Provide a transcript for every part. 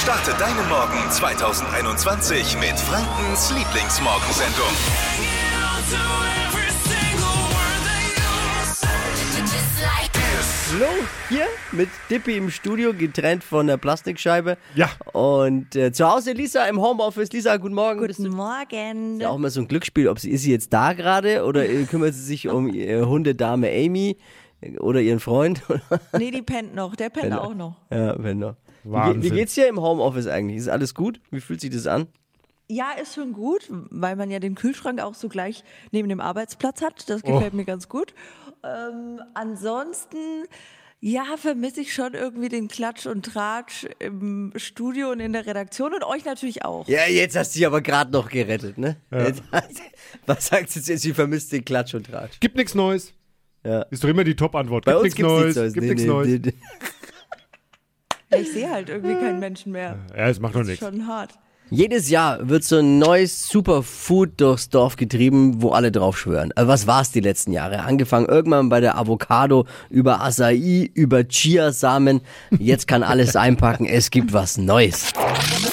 Starte deinen Morgen 2021 mit Frankens Lieblingsmorgensendung. Flo hier mit Dippy im Studio, getrennt von der Plastikscheibe. Ja. Und äh, zu Hause Lisa im Homeoffice. Lisa, guten Morgen. Bist du- Guten Morgen. Ist ja auch mal so ein Glücksspiel, ob sie ist sie jetzt da gerade oder äh, kümmert sie sich um ihre Hundedame Amy äh, oder ihren Freund. Nee, die pennt noch. Der pennt auch noch. ja, wenn noch. Wie, ge- wie Wahnsinn. geht's dir im Homeoffice eigentlich? Ist alles gut? Wie fühlt sich das an? Ja, ist schon gut, weil man ja den Kühlschrank auch so gleich neben dem Arbeitsplatz hat. Das gefällt mir ganz gut. Ähm, ansonsten, ja, vermisse ich schon irgendwie den Klatsch und Tratsch im Studio und in der Redaktion und euch natürlich auch. Ja, jetzt hast du dich aber gerade noch gerettet, ne? Jetzt hast- was sagst du jetzt? Sie vermisst den Klatsch und Tratsch. Gibt nichts Neues. Ja. Ist doch immer die Top-Antwort. Bei Gibt uns nichts gibt's nichts Neues. Neues. Gibt Nee, nichts nee, Neues. nee, nee. Ich sehe halt irgendwie keinen Menschen mehr. Ja, es macht noch nichts. Schon hart. Jedes Jahr wird so ein neues Superfood durchs Dorf getrieben, wo alle drauf schwören. Also was war's die letzten Jahre? Angefangen irgendwann bei der Avocado, über Acai, über Chiasamen. Jetzt kann alles einpacken, es gibt was Neues.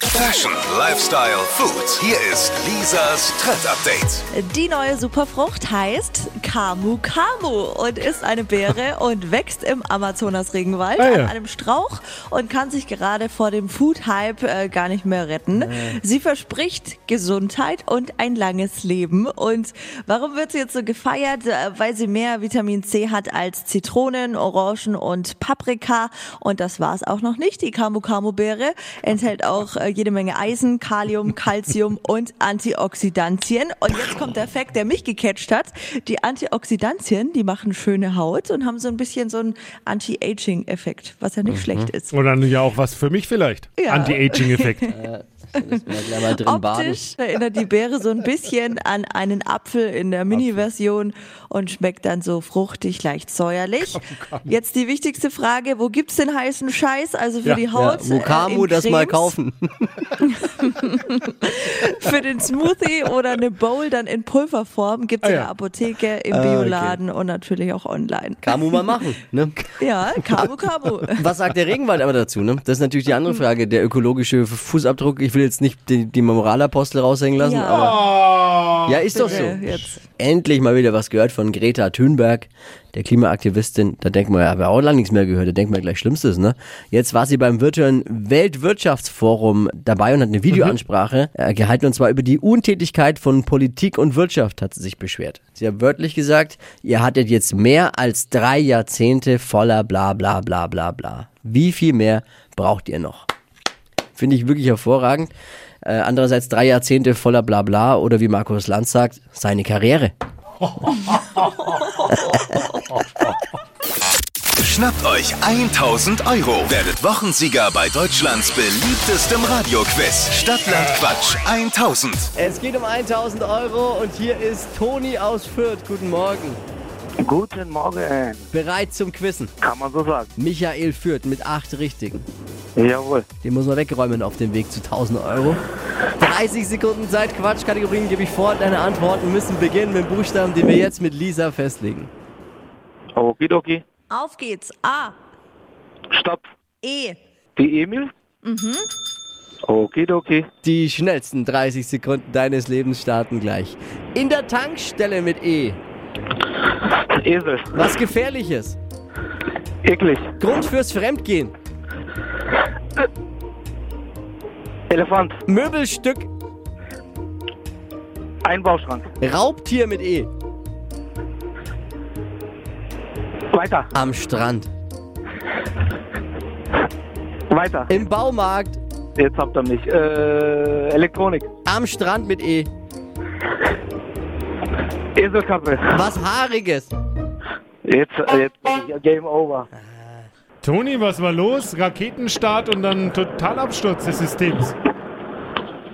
Fashion, Lifestyle, Food. Hier ist Lisas Trend Update. Die neue Superfrucht heißt Camu Camu und ist eine Beere und wächst im Amazonas-Regenwald Ah ja. an einem Strauch und kann sich gerade vor dem Food-Hype äh, gar nicht mehr retten. Sie verspricht Gesundheit und ein langes Leben. Und warum wird sie jetzt so gefeiert? Äh, Weil sie mehr Vitamin C hat als Zitronen, Orangen und Paprika. Und das war es auch noch nicht. Die Camu Camu Beere enthält auch äh, jede Menge Eisen, Kalium, Calcium und Antioxidantien. Und jetzt kommt der Fact, der mich gecatcht hat. Die Antioxidantien, die machen schöne Haut und haben so ein bisschen so einen Anti-Aging-Effekt, was ja Mhm. nicht schlecht ist. Und dann ja auch was für mich vielleicht. Ja. Anti-Aging-Effekt. Müssen wir gleich mal drin baden. Optisch erinnert die Beere so ein bisschen an einen Apfel in der Mini-Version und schmeckt dann so fruchtig, leicht säuerlich. Oh Jetzt die wichtigste Frage, wo gibt's den heißen Scheiß, also für Ja. die Ja, Haut? wo Camu äh, in das mal Cremes? kaufen? Für den Smoothie oder eine Bowl dann in Pulverform gibt's Ah, in ja. der Apotheke, Ah, im Bioladen und natürlich auch online. Camu mal machen. Ne? Ja, Camu Camu. Was sagt der Regenwald aber dazu? Ne? Das ist natürlich die andere Frage, der ökologische Fußabdruck. Ich will jetzt nicht die, die Moralapostel raushängen lassen, Ja. aber ja, ist doch so. Bitte, jetzt. Endlich mal wieder was gehört von Greta Thunberg, der Klimaaktivistin. Da denkt man, ja, haben wir auch lange nichts mehr gehört. Da denkt man gleich Schlimmstes, ne? Jetzt war sie beim virtuellen Weltwirtschaftsforum dabei und hat eine Videoansprache äh, gehalten. Und zwar über die Untätigkeit von Politik und Wirtschaft hat sie sich beschwert. Sie hat wörtlich gesagt, ihr hattet jetzt mehr als drei Jahrzehnte voller bla bla bla bla bla. Wie viel mehr braucht ihr noch? Finde ich wirklich hervorragend. Äh, andererseits drei Jahrzehnte voller Blabla oder wie Markus Lanz sagt, seine Karriere. Schnappt euch 1000 Euro. Werdet Wochensieger bei Deutschlands beliebtestem Radioquiz. Stadtland Quatsch 1000. Es geht um 1000 Euro und hier ist Toni aus Fürth. Guten Morgen. Guten Morgen, Bereit zum Quissen. kann man so sagen. Michael Fürth mit acht Richtigen. Jawohl. Den muss man wegräumen auf dem Weg zu 1000 Euro. 30 Sekunden Zeit, Quatschkategorien gebe ich vor. Deine Antworten müssen beginnen mit Buchstaben, den wir jetzt mit Lisa festlegen. Okidoki. Auf geht's. A, Stopp. E, Die Emil? Mhm. Okidoki. Die schnellsten 30 Sekunden deines Lebens starten gleich. In der Tankstelle mit E. Esel. Was Gefährliches. Eklig. Grund fürs Fremdgehen. Elefant. Möbelstück. Einbauschrank. Raubtier mit E. Weiter. Am Strand. Weiter. Im Baumarkt. Jetzt habt ihr mich. Äh, Elektronik. Am Strand mit E. Eselkappe. Was Haariges. Jetzt, äh, jetzt bin ich Game Over. Toni, was war los? Raketenstart und dann Totalabsturz des Systems.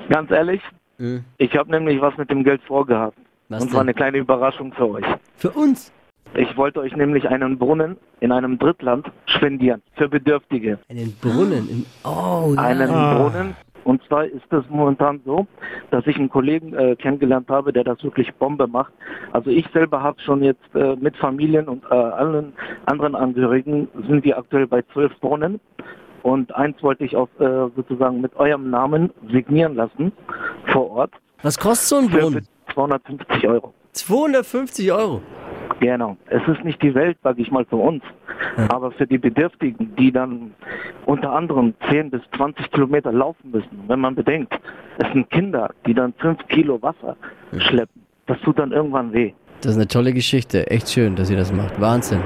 Ganz ehrlich, Äh, ich habe nämlich was mit dem Geld vorgehabt. Was Und zwar denn? eine kleine Überraschung für euch. Für uns. Ich wollte euch nämlich einen Brunnen in einem Drittland spendieren. Für Bedürftige. Einen Brunnen. Im oh, ja. einen Ah. Brunnen. Und zwar ist es momentan so, dass ich einen Kollegen äh, kennengelernt habe, der das wirklich Bombe macht. Also ich selber habe schon jetzt äh, mit Familien und äh, allen anderen Angehörigen sind wir aktuell bei zwölf Brunnen. Und eins wollte ich auch äh, sozusagen mit eurem Namen signieren lassen vor Ort Was kostet so ein für, für Brunnen? 250 Euro. 250 Euro. Genau. Es ist nicht die Welt, sage ich mal, für uns, aber für die Bedürftigen, die dann unter anderem 10 bis 20 Kilometer laufen müssen. Wenn man bedenkt, es sind Kinder, die dann 5 Kilo Wasser schleppen. Das tut dann irgendwann weh. Das ist eine tolle Geschichte. Echt schön, dass ihr das macht. Wahnsinn.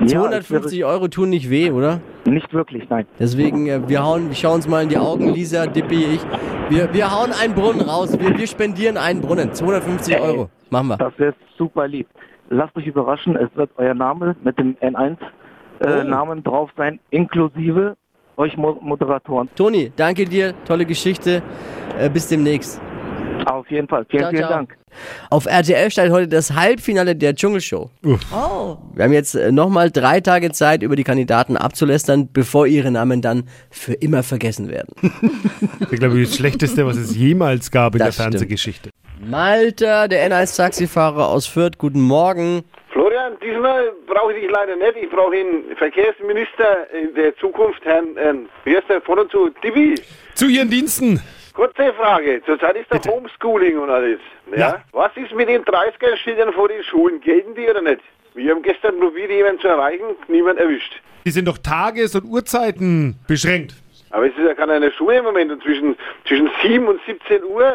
Ja, es wäre 250 Euro tun nicht weh, oder? nicht wirklich, nein. Deswegen, äh, wir hauen, wir schauen uns mal in die Augen, Lisa, Dippi, ich. Wir, wir hauen einen Brunnen raus. Wir, wir spendieren einen Brunnen. 250 Euro. Machen wir. Das wäre super lieb. Lasst euch überraschen, es wird euer Name mit dem Oh. N1-Namen drauf sein, inklusive euch Mo Moderatoren. Toni, danke dir. Tolle Geschichte. Äh, bis demnächst. Auf jeden Fall. Vielen, Ciao, vielen ciao. Dank. Auf RTL steigt heute das Halbfinale der Dschungelshow. Oh, Wir haben jetzt nochmal drei Tage Zeit, über die Kandidaten abzulästern, bevor ihre Namen dann für immer vergessen werden. Das ist, glaube ich, das Schlechteste, was es jemals gab in Das der stimmt. Fernsehgeschichte. Malta, der NS-Taxifahrer aus Fürth, guten Morgen. Florian, diesmal brauche ich dich leider nicht. Ich brauche den Verkehrsminister in der Zukunft, Herrn, ähm, wie heißt der, von und zu, Dibi. Zu Ihren Diensten. Kurze Frage, zurzeit ist doch Homeschooling und alles. Ja? Ja. Was ist mit den 30er-Schildern vor den Schulen? Gelten die oder nicht? Wir haben gestern probiert, jemanden zu erreichen, niemand erwischt. Die sind doch Tages- und Uhrzeiten beschränkt. Aber es ist ja keiner in der Schule im Moment und zwischen, zwischen 7 und 17 Uhr äh,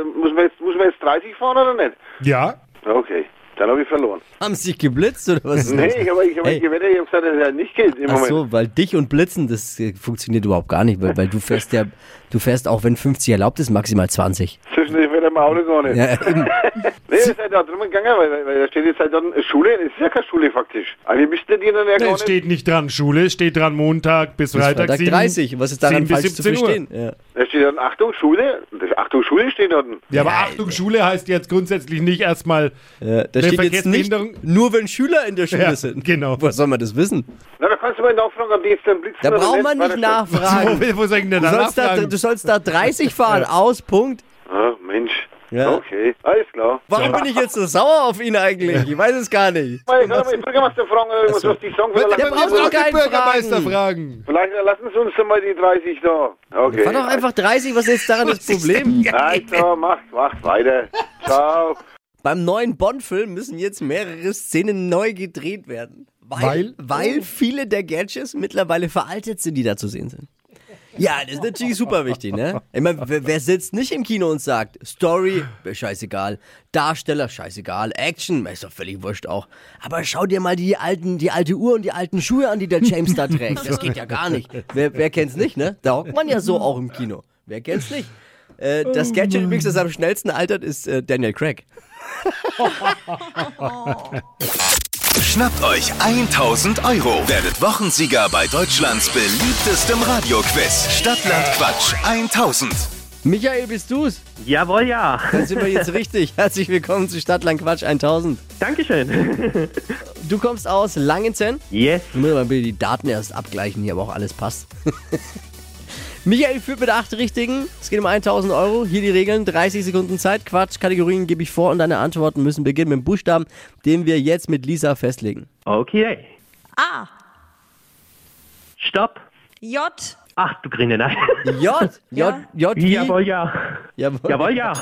äh, muss, man jetzt, muss man jetzt 30 fahren oder nicht? Ja. Okay, dann habe ich verloren. Haben sie dich geblitzt oder was? ist Nee, ich habe ich hab Hey. gewettet, ich habe gesagt, das ist ja nicht gilt im Ach Moment. so, weil dich und Blitzen, das äh, funktioniert überhaupt gar nicht, weil, weil du fährst ja, du fährst auch wenn 50 erlaubt ist, maximal 20. Zwischendurch wird er im Auto gar nicht. Ja, eben. Nee, ihr seid da drüben gegangen, weil, weil- weil da steht jetzt halt dann Schule, das ist ja keine Schule faktisch. Eigentlich müssten die dann Genau, Nee, ja gar es ne? nicht. steht nicht dran, Schule. Es steht dran Montag bis Bis Freitag. Freitag 7, 30, was ist daran 7 bis falsch zu 17 Uhr. verstehen? Ja. Da steht dann Achtung, Schule. Das, Achtung, Schule steht dort. Ja, aber Achtung, Schule heißt jetzt grundsätzlich nicht erstmal. Ja, da Nee, steht jetzt nicht, Verkehrsbehinderung- nur wenn Schüler in der Schule Ja, sind. genau. Woher soll man das wissen? Na, da kannst du mal nachfragen, ob die jetzt dann blitzen Da oder braucht man weil nicht da steht- nachfragen. Wo, wo soll ich denn Du da sollst, da, nachfragen? du sollst da 30 fahren, aus, Punkt. Ah, Mensch. Ja. Okay, alles klar. Warum bin ich jetzt so sauer auf ihn eigentlich? Ich weiß es gar nicht. Mal, ich kann mal den Bürgermeister fragen, oder Ach äh, was, so. was die sagen. Der Vielleicht- braucht Muss doch auch keinen den Bürgermeister fragen. fragen. Vielleicht äh, lassen sie uns doch mal die 30 da. Okay. War doch einfach 30, was ist jetzt daran das Problem? Also, macht, macht weiter. Ciao. Beim neuen Bond-Film müssen jetzt mehrere Szenen neu gedreht werden. Weil? Weil, Weil? viele der Gadgets mittlerweile veraltet sind, die da zu sehen sind. Ja, das ist natürlich super wichtig, ne? Ich meine, wer, wer sitzt nicht im Kino und sagt, Story, scheißegal, Darsteller, scheißegal, Action, ist doch völlig wurscht auch. Aber schau dir mal die alten, die alte Uhr und die alten Schuhe an, die der James da trägt. Das geht ja gar nicht. Wer, wer kennt's nicht, ne? Da hockt man ja so auch im Kino. Wer kennt's nicht? Äh, das Gadget übrigens, das am schnellsten altert, ist äh, Daniel Craig. Schnappt euch 1000 Euro. Werdet Wochensieger bei Deutschlands beliebtestem Radioquiz. Stadtland Quatsch 1000. Michael, bist du's? Jawohl, ja. Dann sind wir jetzt richtig. Herzlich willkommen zu Stadtlang Quatsch 1000. Dankeschön. Du kommst aus Langenzenn. Yes. Ich muss mal bitte die Daten erst abgleichen hier, aber auch alles passt. Michael führt mit acht Richtigen. Es geht um 1000 Euro. Hier die Regeln. 30 Sekunden Zeit. Quatsch. Kategorien gebe ich vor und deine Antworten müssen beginnen mit dem Buchstaben, den wir jetzt mit Lisa festlegen. Okay. A, Stopp. J, Ach, du grüne Nein. J. J. Ja. J. wie? Jawohl, ja. Jawohl. Jawohl, ja.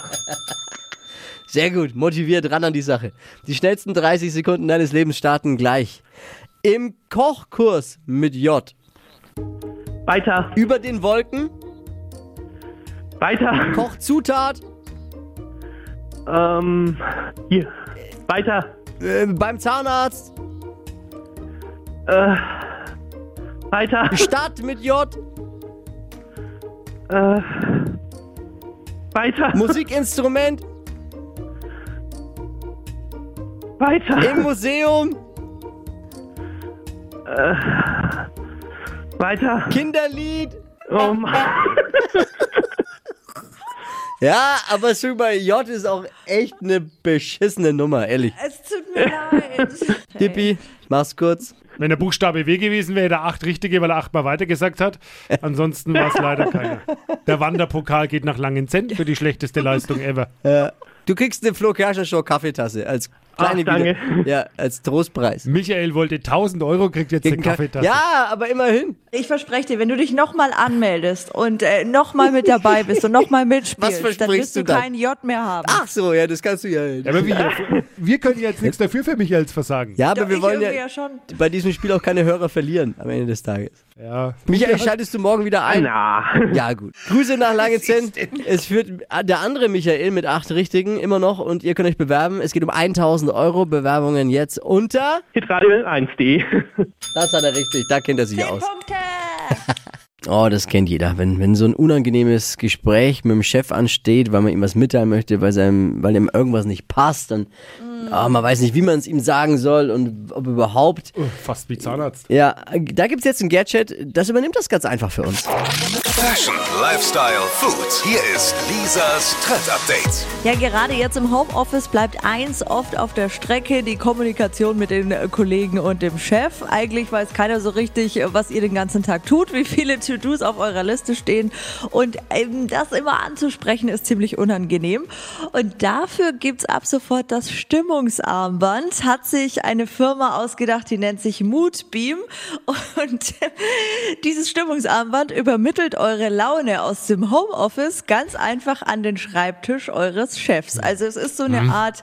Sehr gut, motiviert ran an die Sache. Die schnellsten 30 Sekunden deines Lebens starten gleich. Im Kochkurs mit J. Weiter, Über den Wolken, weiter. Kochzutat, Ähm, hier. Weiter, äh, beim Zahnarzt, Äh. weiter, Stadt mit J, Äh. weiter, Musikinstrument, weiter, im Museum, weiter. Kinderlied. Oh Mann. Ja, aber schon bei J ist auch echt eine beschissene Nummer, ehrlich. es tut mir leid. Tippi, mach's kurz. Wenn der Buchstabe W gewesen wäre, hätte er acht richtige, weil er achtmal weitergesagt hat. Ansonsten war es leider keiner. Der Wanderpokal geht nach Langenzenn für die schlechteste Leistung ever. Du kriegst eine Flo Kerschner Show Kaffeetasse als Kleine Ach, danke. Bier. Ja, als Trostpreis. Michael wollte 1000 Euro, kriegt jetzt eine Kaffeetasse. Ja, aber immerhin. Ich verspreche dir, wenn du dich nochmal anmeldest und äh, nochmal mit dabei bist und nochmal mitspielst, Was dann versprichst wirst du du dann? Ah, kein J mehr haben. Ach so, ja, das kannst du Ja, ja. aber wir, wir können jetzt nichts dafür für Michaels Versagen. Ja, aber Doch, wir ich wollen irgendwie ja ja schon. bei diesem Spiel auch keine Hörer verlieren am Ende des Tages. Ja. Michael, schaltest du morgen wieder ein? Na. Ja, gut. Grüße nach Langenzenn. Es führt der andere Michael mit acht Richtigen immer noch und ihr könnt euch bewerben. Es geht um 1000 Euro. Bewerbungen jetzt unter. Hitradio 1D. Das hat er richtig. Da kennt er sich Zehn aus. Punkte! Oh, das kennt jeder. Wenn, wenn so ein unangenehmes Gespräch mit dem Chef ansteht, weil man ihm was mitteilen möchte, weil, seinem, weil ihm irgendwas nicht passt, dann ah, man weiß nicht, wie man es ihm sagen soll und ob überhaupt. Oh, Fast wie Zahnarzt. Ja, da gibt's jetzt einen Gadget, das übernimmt das ganz einfach für uns. Fashion, Lifestyle, Food. Hier ist Lisas Trend Update. Ja, gerade jetzt im Homeoffice bleibt eins oft auf der Strecke, die Kommunikation mit den äh, Kollegen und dem Chef. Eigentlich weiß keiner so richtig, äh, was ihr den ganzen Tag tut, wie viele To-Dos auf eurer Liste stehen. Und ähm, das immer anzusprechen ist ziemlich unangenehm. Und dafür gibt's ab sofort das Stimmungsarmband. Hat sich eine Firma ausgedacht, die nennt sich Moodbeam. Und dieses Stimmungsarmband übermittelt eure Laune aus dem Homeoffice ganz einfach an den Schreibtisch eures Chefs. Also es ist so eine Art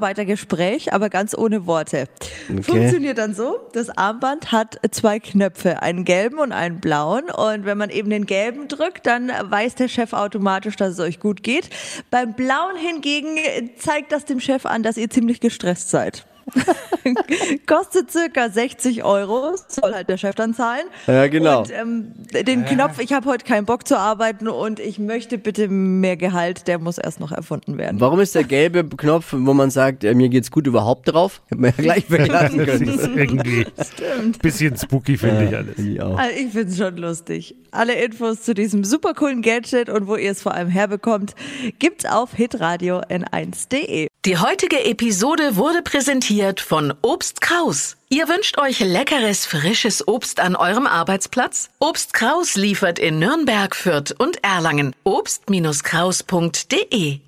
Mitarbeitergespräch, aber ganz ohne Worte. Funktioniert dann so, das Armband hat zwei Knöpfe, einen gelben und einen blauen. Und wenn man eben den gelben drückt, dann weiß der Chef automatisch, dass es euch gut geht. Beim blauen hingegen zeigt das dem Chef an, dass ihr ziemlich gestresst seid. Kostet circa 60 Euro, soll halt der Chef dann zahlen. Ja, genau. Und ähm, den Knopf, ich habe heute keinen Bock zu arbeiten und ich möchte bitte mehr Gehalt, der muss erst noch erfunden werden. Warum ist der gelbe Knopf, wo man sagt, äh, mir geht's gut überhaupt drauf? Hätte man ja gleich weglassen Das können. ist irgendwie ein bisschen spooky, finde ich alles. Ich auch. Also ich find's schon lustig. Alle Infos zu diesem super coolen Gadget und wo ihr es vor allem herbekommt, gibt's auf hitradio n1.de. Die heutige Episode wurde präsentiert von Obst Kraus. Ihr wünscht euch leckeres, frisches Obst an eurem Arbeitsplatz? Obst Kraus liefert in Nürnberg, Fürth und Erlangen. Obst-Kraus.de